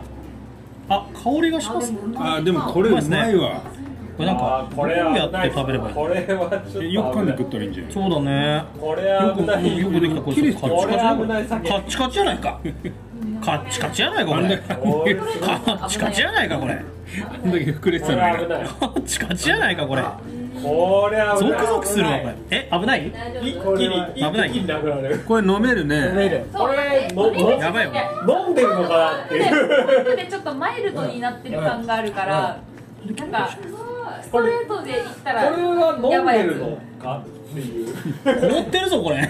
Speaker 1: あ香りがしますこ
Speaker 2: あーでもこれうま
Speaker 1: うまい
Speaker 2: いわ
Speaker 1: れなんか
Speaker 5: あー
Speaker 1: ど
Speaker 5: こ
Speaker 1: う
Speaker 5: れは
Speaker 1: やって食べればいい
Speaker 5: これはちょっと
Speaker 2: え
Speaker 5: 危
Speaker 2: よく噛ん
Speaker 5: な
Speaker 2: で
Speaker 5: い
Speaker 2: 食ったらいいんじゃない
Speaker 1: そうだね
Speaker 5: これ
Speaker 1: よ
Speaker 5: は
Speaker 1: く
Speaker 5: 危ない
Speaker 1: よくできたこれカ
Speaker 5: これは危な
Speaker 1: ッ
Speaker 5: い
Speaker 1: チカチ
Speaker 5: 酒
Speaker 1: カッチカチじゃないかカッチカチじゃないかこ
Speaker 2: あんだ
Speaker 1: れ
Speaker 2: け
Speaker 1: カ
Speaker 5: これ
Speaker 1: ッチカチじゃないかこれ
Speaker 2: あんだけ膨れて
Speaker 5: こ
Speaker 2: た
Speaker 5: れ
Speaker 2: の
Speaker 5: は
Speaker 2: に
Speaker 5: 危ない
Speaker 1: カッチカチじゃないかこれ
Speaker 5: これは
Speaker 1: ゾ
Speaker 5: 危ない
Speaker 1: クゾクするわこれえ危ない
Speaker 4: 大丈
Speaker 5: 一気
Speaker 4: 夫
Speaker 5: に
Speaker 1: 危ない
Speaker 5: 一気になくなる
Speaker 2: これ飲めるね
Speaker 3: 飲める
Speaker 4: そう
Speaker 1: やばいよね
Speaker 5: 飲んでるのかなっていう
Speaker 4: でちょっとマイルドになってる感があるから、なんかストレートでいった
Speaker 5: こ
Speaker 4: ら
Speaker 5: れは飲
Speaker 4: や
Speaker 5: ん
Speaker 4: ばい
Speaker 5: で
Speaker 4: や
Speaker 5: る
Speaker 4: つ
Speaker 5: のかっていう
Speaker 1: 凍ってるぞこれ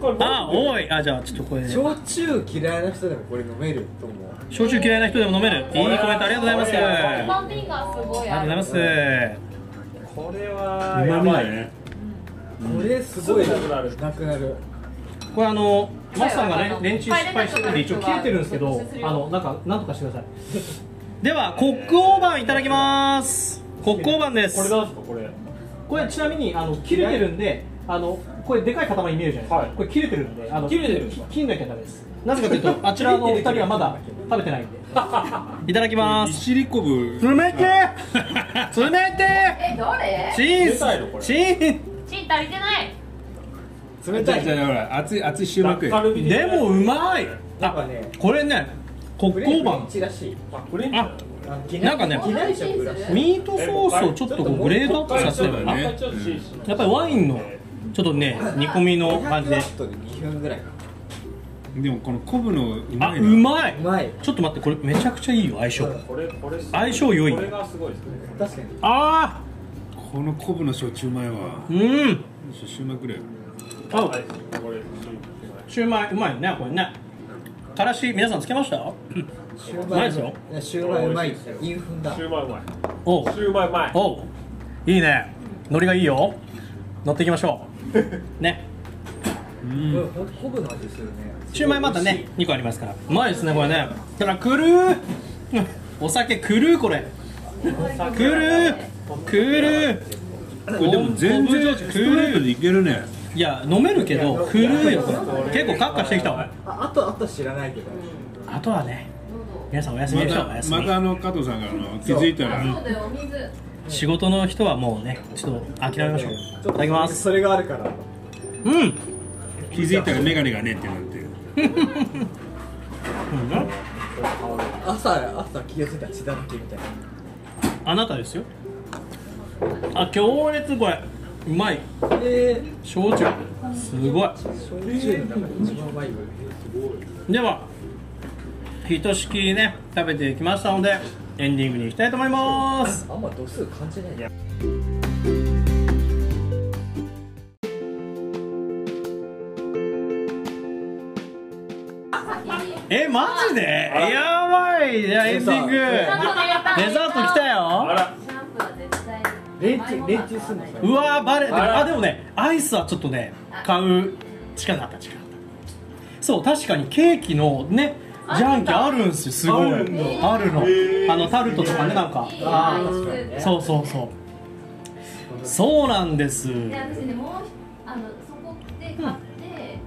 Speaker 5: これ
Speaker 1: あおいあじゃあちょっとこれね
Speaker 3: 焼酎嫌いな人でもこれ飲めると思う
Speaker 1: 焼酎嫌いな人でも飲めるいいコメントありがとうございます
Speaker 5: これは
Speaker 1: あ
Speaker 4: 酸味がすごい
Speaker 1: りがとうご
Speaker 4: あ
Speaker 1: ざい
Speaker 4: る
Speaker 1: ますう
Speaker 5: これは
Speaker 2: うま
Speaker 5: や
Speaker 2: み
Speaker 5: ば
Speaker 2: だ
Speaker 5: い
Speaker 2: ね
Speaker 3: これすごい
Speaker 5: すぐなくなる
Speaker 3: なくなる
Speaker 1: んこれあのマスさんがねレンチン失敗してるんで一応消えてるんですけどあのなんかなんとかしてください ではコックオーバンいただきますコックオーバンです
Speaker 5: これなんですかこれ
Speaker 1: これちなみにあの切れてるんであのこれでかい塊に見えるじゃないですか、
Speaker 5: はい
Speaker 1: これ切れてるんであの
Speaker 5: 切れてるんですか
Speaker 1: 切んなきゃダメですなぜかという とあちらのお二人はまだ食べてないんでいただきま
Speaker 2: 利
Speaker 1: す
Speaker 2: 尻昆布
Speaker 1: 冷てー冷て
Speaker 4: えどれ
Speaker 1: ーチー
Speaker 5: 出たいのこ
Speaker 1: ズ
Speaker 5: れ
Speaker 1: チー
Speaker 4: チー足りてない
Speaker 3: 冷
Speaker 2: じ
Speaker 3: た
Speaker 2: ゃあ
Speaker 3: い
Speaker 2: じゃあほら熱い熱いシューマイ食え
Speaker 5: カルビ
Speaker 1: ズでもうまい
Speaker 3: なんかね
Speaker 1: これね黒
Speaker 3: フレ
Speaker 1: 板
Speaker 3: ンチらしい
Speaker 5: あフレンチだ
Speaker 3: あ機内
Speaker 1: なんかね
Speaker 3: 機内食らしい
Speaker 1: ミートソースをちょっとこうグレードアップさせて
Speaker 2: そう
Speaker 1: る
Speaker 2: だね
Speaker 1: あ
Speaker 5: ちょっとシーシー
Speaker 1: やっぱりワインのちょっとね煮込みの感じで
Speaker 3: 200ワットで2分ぐらいか
Speaker 2: でもこの昆布のう
Speaker 1: あ
Speaker 2: まいうな
Speaker 1: まいう
Speaker 3: まい
Speaker 1: ちょっと待ってこれめちゃくちゃいいよ相性
Speaker 5: これこれすごい
Speaker 1: 相性良い
Speaker 5: これがすごいですね
Speaker 3: 確かに
Speaker 1: あ
Speaker 2: この昆布の焼酎前は
Speaker 1: ーうん
Speaker 2: 焼酎前くらい
Speaker 1: あ
Speaker 5: はいこれ
Speaker 1: シューマイうまいよねこれねからし皆さんつけました
Speaker 3: シュー
Speaker 1: うま
Speaker 3: マ
Speaker 1: い
Speaker 3: イ
Speaker 1: ですよ
Speaker 3: いやシューマイうまいって言うふんだ
Speaker 5: シューマイうまい
Speaker 1: おう
Speaker 5: シューマイうまい
Speaker 1: おういいね海苔がいいよ乗っていきましょう ね
Speaker 2: うん
Speaker 3: うんほんと昆布の味するね
Speaker 1: シューマイまたね2個ありますからうまいですねこれねただくるーうんお酒くるーこれくるーくるー
Speaker 2: これでも全然
Speaker 1: く
Speaker 2: ス
Speaker 1: る
Speaker 2: トレート
Speaker 1: ー
Speaker 2: でいけるね
Speaker 1: いや飲めるけどくるーよこれ結構カッカしてきたわ
Speaker 3: ああとあと知らないけど
Speaker 1: あとはね皆さんお休み
Speaker 2: ま
Speaker 1: でしょうお
Speaker 2: た
Speaker 1: 休み
Speaker 2: またあの加藤さんがあの気づいたら
Speaker 4: そうだよお水
Speaker 1: 仕事の人はもうねちょっと諦めましょういただきます
Speaker 3: それがあるから
Speaker 1: うん
Speaker 2: 気づいたら眼鏡がねえってなって
Speaker 3: 朝朝気が付いたら血だらけみたいな
Speaker 1: あなたですよあ強烈これうまい
Speaker 3: で
Speaker 1: 焼酎すごい
Speaker 3: 焼酎の中で一番うまいよ
Speaker 1: ではひとしきね食べてきましたのでエンディングに行きたいと思います
Speaker 3: あんま度数感じないね
Speaker 1: えマジでやばいじゃあエンディング
Speaker 4: ちゃんと
Speaker 1: デ
Speaker 4: 入れた
Speaker 1: ザート来た
Speaker 5: あ
Speaker 1: よ
Speaker 5: ら
Speaker 4: シャンプーは絶対に
Speaker 3: レンチンレンチンするの
Speaker 1: うわーバレてる
Speaker 5: あら
Speaker 1: あでもねアイスはちょっとね買う力あった力あったそう確かにケーキのねジャンキあるんすよすごい
Speaker 5: あ
Speaker 1: あ
Speaker 5: るん
Speaker 1: るのあのタルトとかねなんか
Speaker 4: いいよアイス
Speaker 3: あー
Speaker 1: そうそうそうそうなんです
Speaker 4: で私ねもうひあのそこで買って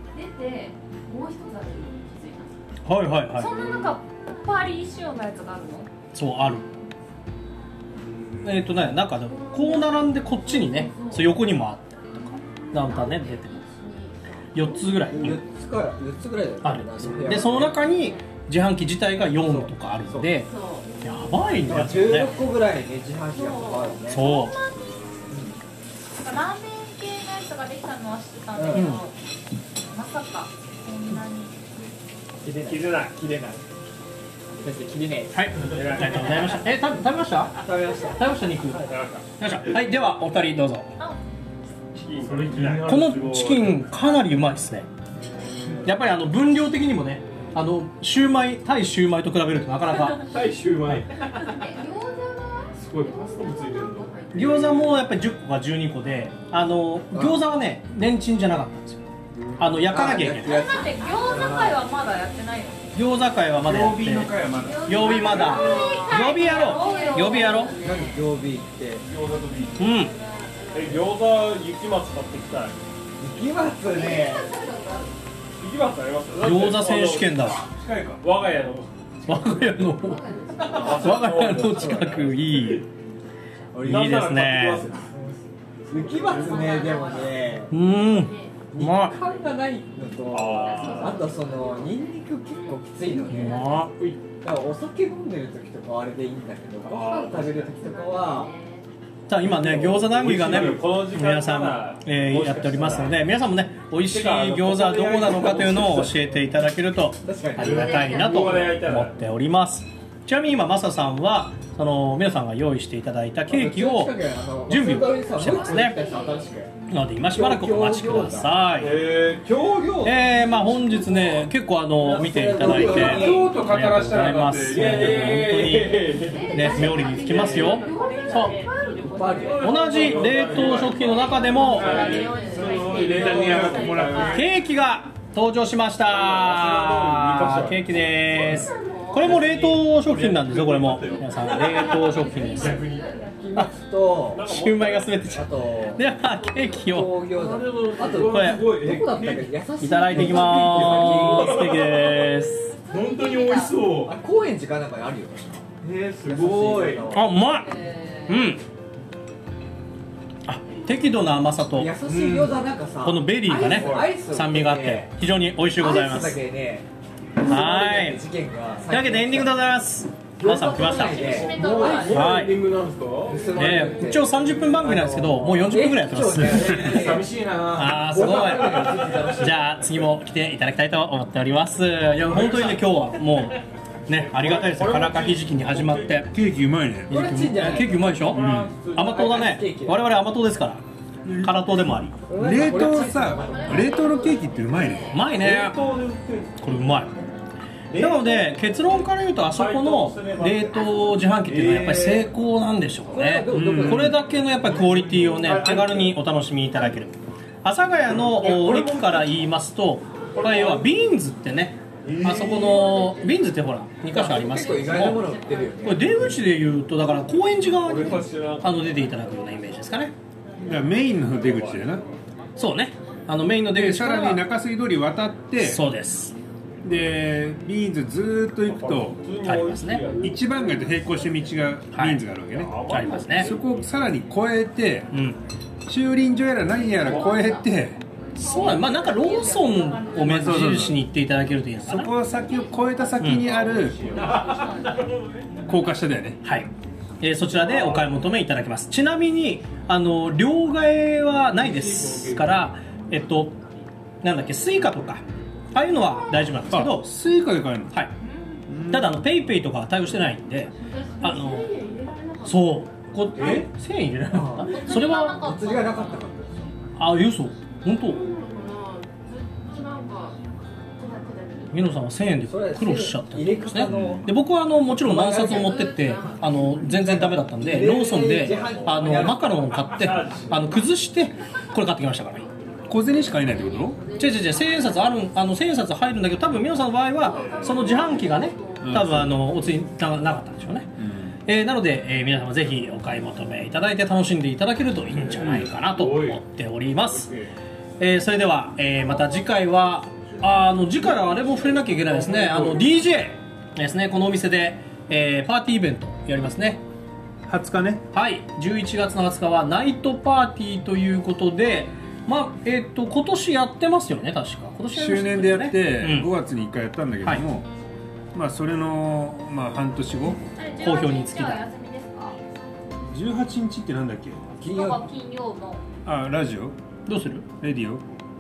Speaker 4: 出てもう一つあるの気づいたんです
Speaker 1: はいはいはい
Speaker 4: そんな中パリ仕様のやつがあるの
Speaker 1: そうあるえっ、とねなんかでもこう並んでこっちにねそう横にもあったりとかダウンタウンね出てます4つぐらい
Speaker 3: 4つから4つぐらいだよね
Speaker 1: あるそうでその中に自販機自体が4とかあるんで
Speaker 4: そう
Speaker 1: やばいんだよね
Speaker 3: 16個ぐらいね自販機がこうあるね
Speaker 1: そう
Speaker 4: なんかラーメン系のやつができたのは知ってたんだけど、
Speaker 1: うん
Speaker 4: まさかこんなに
Speaker 3: 切れない
Speaker 5: 切れ
Speaker 3: 切れ
Speaker 5: ない
Speaker 3: ない先生切れない
Speaker 1: はいありがとうございましたえた食べました
Speaker 3: 食べました
Speaker 1: 食べました肉よいしょはいではお二人どうぞ
Speaker 4: あ
Speaker 5: チキンそれ切れない
Speaker 1: このチキンかなりうまいですねやっぱりあの分量的にもねあのシューマイ対シューマイと比べるとなかな か
Speaker 5: 対シューマイ
Speaker 4: え餃子が
Speaker 5: すごいパスタもついてるの
Speaker 1: 餃子もやっぱり10個か12個であの餃子はねレンチンじゃなかったんですよあの焼かなきゃいけない
Speaker 3: い
Speaker 4: だって餃子会はまだやってないよね
Speaker 1: 餃子会はまだや
Speaker 2: 曜
Speaker 1: って
Speaker 2: 日の会はまだ
Speaker 1: 曜日まだ曜日やろう曜日やろう
Speaker 3: 何曜日って
Speaker 5: 餃子とビール
Speaker 1: うん
Speaker 5: え餃子雪松買ってきたい
Speaker 3: 行きますね
Speaker 5: 雪松あります
Speaker 1: 餃子選手権だわ
Speaker 2: 近いか
Speaker 5: 我が家の
Speaker 1: 我が家の我が家の近くいい
Speaker 3: 俺
Speaker 1: いいですね
Speaker 5: なんなら買ってきますよ
Speaker 3: 行きますねでもね
Speaker 1: うんうまい
Speaker 3: 感がないのと
Speaker 5: あ
Speaker 3: あとそのニンニク結構きついの
Speaker 1: う
Speaker 3: ね
Speaker 1: ま
Speaker 3: だからお酒飲んでる時とかはあれでいいんだけどご飯食べる時とかは
Speaker 1: じゃあ今ね餃子談義がね
Speaker 5: この時間なら
Speaker 1: 皆さん、えーやっておりますので皆さんもね美味しい餃子はどこなのかというのを教えていただけると
Speaker 3: 確かに
Speaker 1: ありがたいなと思っておりますちなみに今マサさんはその皆さんが用意していただいたケーキを準備をしてますねなので今しばらくお待ちください
Speaker 5: えー今日餃子
Speaker 1: えー、まあ本日ね結構あの見ていただいてあり
Speaker 2: 京都語らした
Speaker 1: がとうござい
Speaker 2: らだ
Speaker 1: ま
Speaker 2: って
Speaker 1: す
Speaker 2: いやいやいや
Speaker 1: 本当にね
Speaker 4: ね
Speaker 1: 妙利につきますよそう
Speaker 3: パーティー
Speaker 1: 同じ冷凍食品の中でも
Speaker 5: レタニアがもらう
Speaker 1: ケーキが登場しましたケーキですこれも冷凍食品なんですよこれも皆さん冷凍食品です
Speaker 3: きますと
Speaker 1: シューマイが滑ってちゃ
Speaker 3: あ
Speaker 1: う
Speaker 3: と
Speaker 1: ではケーキを
Speaker 3: 工業だあとど
Speaker 1: こ
Speaker 3: こ
Speaker 1: れ
Speaker 3: だったっけ優しい
Speaker 1: いただいていきますケーキです
Speaker 5: 本当に美味しそう
Speaker 3: あ高円寺かなんかにあるよ
Speaker 5: えーすごい
Speaker 1: あうまいうんあ適度な甘さと
Speaker 3: 優しい餃子なんかさ
Speaker 1: このベリーが
Speaker 3: アイ
Speaker 1: ね
Speaker 3: スアイス
Speaker 1: 酸味があって非常に美味しゅうございま
Speaker 3: アイス
Speaker 1: す
Speaker 3: だけね
Speaker 1: はい
Speaker 3: 事件が
Speaker 1: というわけでエンディングでございます母さん来ました
Speaker 3: もう
Speaker 4: はい
Speaker 1: はい
Speaker 5: エンディングなんですか
Speaker 3: 盗まれ
Speaker 1: え
Speaker 3: る
Speaker 1: ー、一応30分番組なんですけどもう40分ぐらいやってます
Speaker 3: えそうだよね
Speaker 5: 寂しいな
Speaker 1: あーすごいじゃあ次も来ていただきたいと思っておりますいや本当にね今日はもうねありがたいですよからかひじきに始まって
Speaker 2: ケーキうまいね
Speaker 3: これチンじゃない
Speaker 1: ケーキうまいでしょ、甘党だ
Speaker 3: ケ
Speaker 1: ね
Speaker 3: ーキ
Speaker 1: 我々甘党ですから辛党でもあり
Speaker 2: 冷凍さ冷凍のケーキってうまいね
Speaker 1: うまいねこれうまいなので結論から言うとあそこの冷凍自販機っていうのはやっぱり成功なんでしょうね、
Speaker 3: えー
Speaker 1: うんこれだけのやっぱりクオリティをね手軽にお楽しみいただける阿佐ヶ谷のお駅から言いますとこれ要はビーンズってねあそこのビーンズってほら2箇所あります
Speaker 3: 結
Speaker 1: け
Speaker 3: 構
Speaker 1: れ
Speaker 3: 意
Speaker 1: ど
Speaker 3: 外な
Speaker 1: も
Speaker 3: もの売ってるよね
Speaker 1: これ出口で言うとだから高円寺側に
Speaker 5: かしら
Speaker 1: あの出ていただくようなイメージですかね
Speaker 2: だからメインの出口だよな
Speaker 1: そうねあのメインの出
Speaker 2: で
Speaker 1: 口か
Speaker 2: さ
Speaker 1: ら
Speaker 2: らに中杉通り渡って
Speaker 1: そうです
Speaker 2: でビーンズずーっと行くと
Speaker 1: ありますね
Speaker 2: 一番街と並行して道が
Speaker 1: はい
Speaker 2: ビーンズがあるわけね、
Speaker 1: ありますね
Speaker 2: そこをさらに越えて
Speaker 1: うん
Speaker 2: 駐輪場やら何やら越えて
Speaker 1: そうなんまあなんかローソンを目印に行っていただけるといいのか
Speaker 2: そ
Speaker 1: な。
Speaker 2: こ先を越えた先にある高架下だよね
Speaker 1: はい。えーそちらでお買い求めいただけます。ちなみにあの両替はないですから、えっとなんだっけスイカとかああいうのは大丈夫なんですけ
Speaker 2: あ
Speaker 1: ど、
Speaker 2: スイカで買えるの
Speaker 1: はい。ただあのペイペイとかは対応してないんで、あのそうこえ1000円入れられなかった。それは
Speaker 3: 釣りがなかったから
Speaker 1: あ嘘本当。
Speaker 4: なんか
Speaker 1: ミノさんは1000円で苦労しちゃったんですね
Speaker 3: それ入れ方の
Speaker 1: で僕はあのもちろん何冊を持ってってあの全然ダメだったんでローソンであのマカロンを買ってあの崩してこれ買ってきましたから
Speaker 2: 小銭しか買えないってこ
Speaker 1: 違う違う違う千円札あるあの千円札入るんだけど多分皆さんの場合はその自販機がね多分あのお釣りななかったんでしょうね、えーなので、えー皆様ぜひお買い求めいただいて楽しんでいただけるといいんじゃないかなと思っております、えーそれでは、えーまた次回はあーあの次回はあれも触れなきゃいけないですねあの DJ ですねこのお店で、えーパーティーイベントやりますね
Speaker 2: と20日ね
Speaker 1: はい、11月の20日はナイトパーティーということで、まあえっと今年やってますよね、確か。今年
Speaker 2: 周年でやって
Speaker 1: うん
Speaker 2: 5月に1回やったんだけども、まあそれの、まあ、半年後
Speaker 1: 好評につきだ
Speaker 4: 休みですか
Speaker 2: 18日ってなんだっけ
Speaker 3: 金
Speaker 4: なん
Speaker 3: 曜
Speaker 4: か金曜の
Speaker 2: あラジオ
Speaker 1: どうする
Speaker 2: レディオ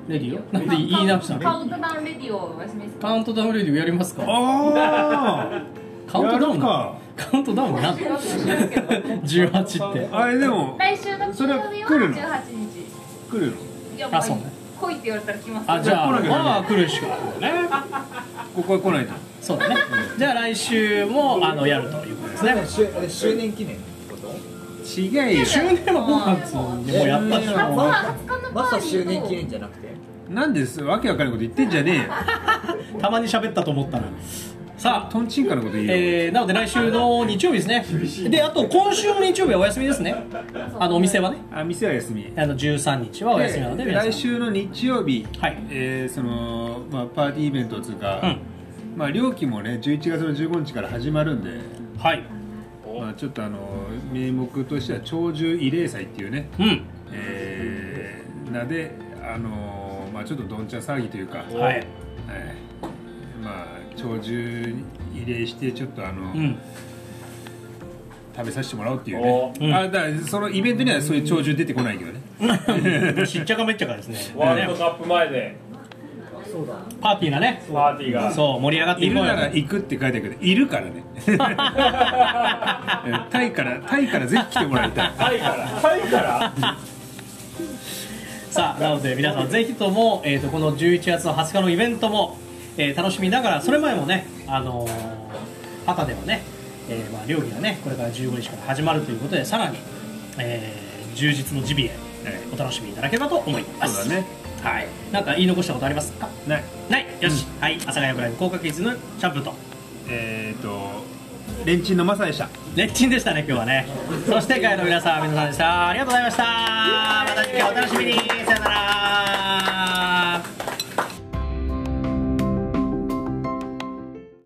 Speaker 1: レディオなんで言い直した
Speaker 4: カ
Speaker 1: の
Speaker 4: ウントダウンレディオをお休みです
Speaker 1: カウントダウンレディオやりますか
Speaker 2: あ
Speaker 1: カウントダウンな
Speaker 2: か
Speaker 1: カウントダウンなんだ ?18 って。
Speaker 2: あれでも
Speaker 4: 来週の金曜日は
Speaker 2: それ来るの
Speaker 4: 18日
Speaker 2: 来るの
Speaker 4: いや
Speaker 1: あそうね
Speaker 4: 来いって言われたら来ます
Speaker 1: あ、じゃあ、
Speaker 2: 来なきゃダメ
Speaker 1: まあ来るしかないよね。
Speaker 2: ここは来ないと
Speaker 1: そうだね。じゃあ来週もあのやるということですね。
Speaker 3: しゅ周年記念
Speaker 2: 違いよ
Speaker 1: 周年は5月にもうやったでし
Speaker 4: ま
Speaker 1: ょ。
Speaker 4: あ20日のパ
Speaker 3: ま
Speaker 4: ーテ
Speaker 3: さ
Speaker 4: ィ
Speaker 3: 周
Speaker 4: ー
Speaker 3: 年
Speaker 4: と
Speaker 3: 記念じゃなくて
Speaker 2: なんですわけわかんないこと言ってんじゃねえよ
Speaker 1: たまに喋ったと思ったら。さあ、
Speaker 2: トンチンカのこと言えよ、
Speaker 1: えーなので来週の日曜日ですねであと今週の日曜日はお休みですねあのお店はね
Speaker 2: あ店は休み
Speaker 1: あの13日はお休みなので
Speaker 2: で
Speaker 1: 皆さん
Speaker 2: 来週の日曜日、
Speaker 1: はい
Speaker 2: えーそのまあ、パーティーイベントというか、
Speaker 1: うん
Speaker 2: まあ、料金もね11月の15日から始まるんで、
Speaker 1: はい
Speaker 2: まあ、ちょっとあの名目としては鳥獣慰霊祭っていうね、
Speaker 1: うん
Speaker 2: えー名であの、まあ、ちょっとどんちゃん騒ぎというか、
Speaker 1: は
Speaker 2: はい
Speaker 1: い
Speaker 2: まあ、鳥獣慰霊してちょっとあの、
Speaker 1: うん
Speaker 2: 食べさせてもらおうっていうね、
Speaker 1: おうん
Speaker 2: あだからそのイベントにはそういう鳥獣出てこないけどね、
Speaker 1: しっちゃかめっちゃかですね
Speaker 5: ワール
Speaker 1: ね
Speaker 5: ドカップ前で
Speaker 3: そうだ
Speaker 1: パーティーがね
Speaker 5: パーティーが
Speaker 1: そう盛り上がって
Speaker 2: い
Speaker 1: い
Speaker 2: る
Speaker 1: こう
Speaker 2: な
Speaker 1: よ
Speaker 2: ら行くって書いてあるけどいるから ねうんタイからタイからぜひ来てもらいたい
Speaker 5: タイからタイから
Speaker 1: さあなので皆さんぜひとも、えー、とこの11月の20日のイベントも、えー楽しみながらそれ前もねあのー、パタではね、えーまあ、料理がねこれから15日から始まるということでさらに、えー充実のジビエ、えーお楽しみいただければと思います
Speaker 2: そうだね
Speaker 1: はいなんか言い残したことありますか
Speaker 2: ない
Speaker 1: ないよし、はい阿佐ヶ谷ブライブ効果キッズのシャンプーと
Speaker 2: えっ、とレンチンのマサでした
Speaker 1: 熱心でしたね今日はねそして会の皆さん皆さんでしたありがとうございましたまた次回お楽しみにさよなら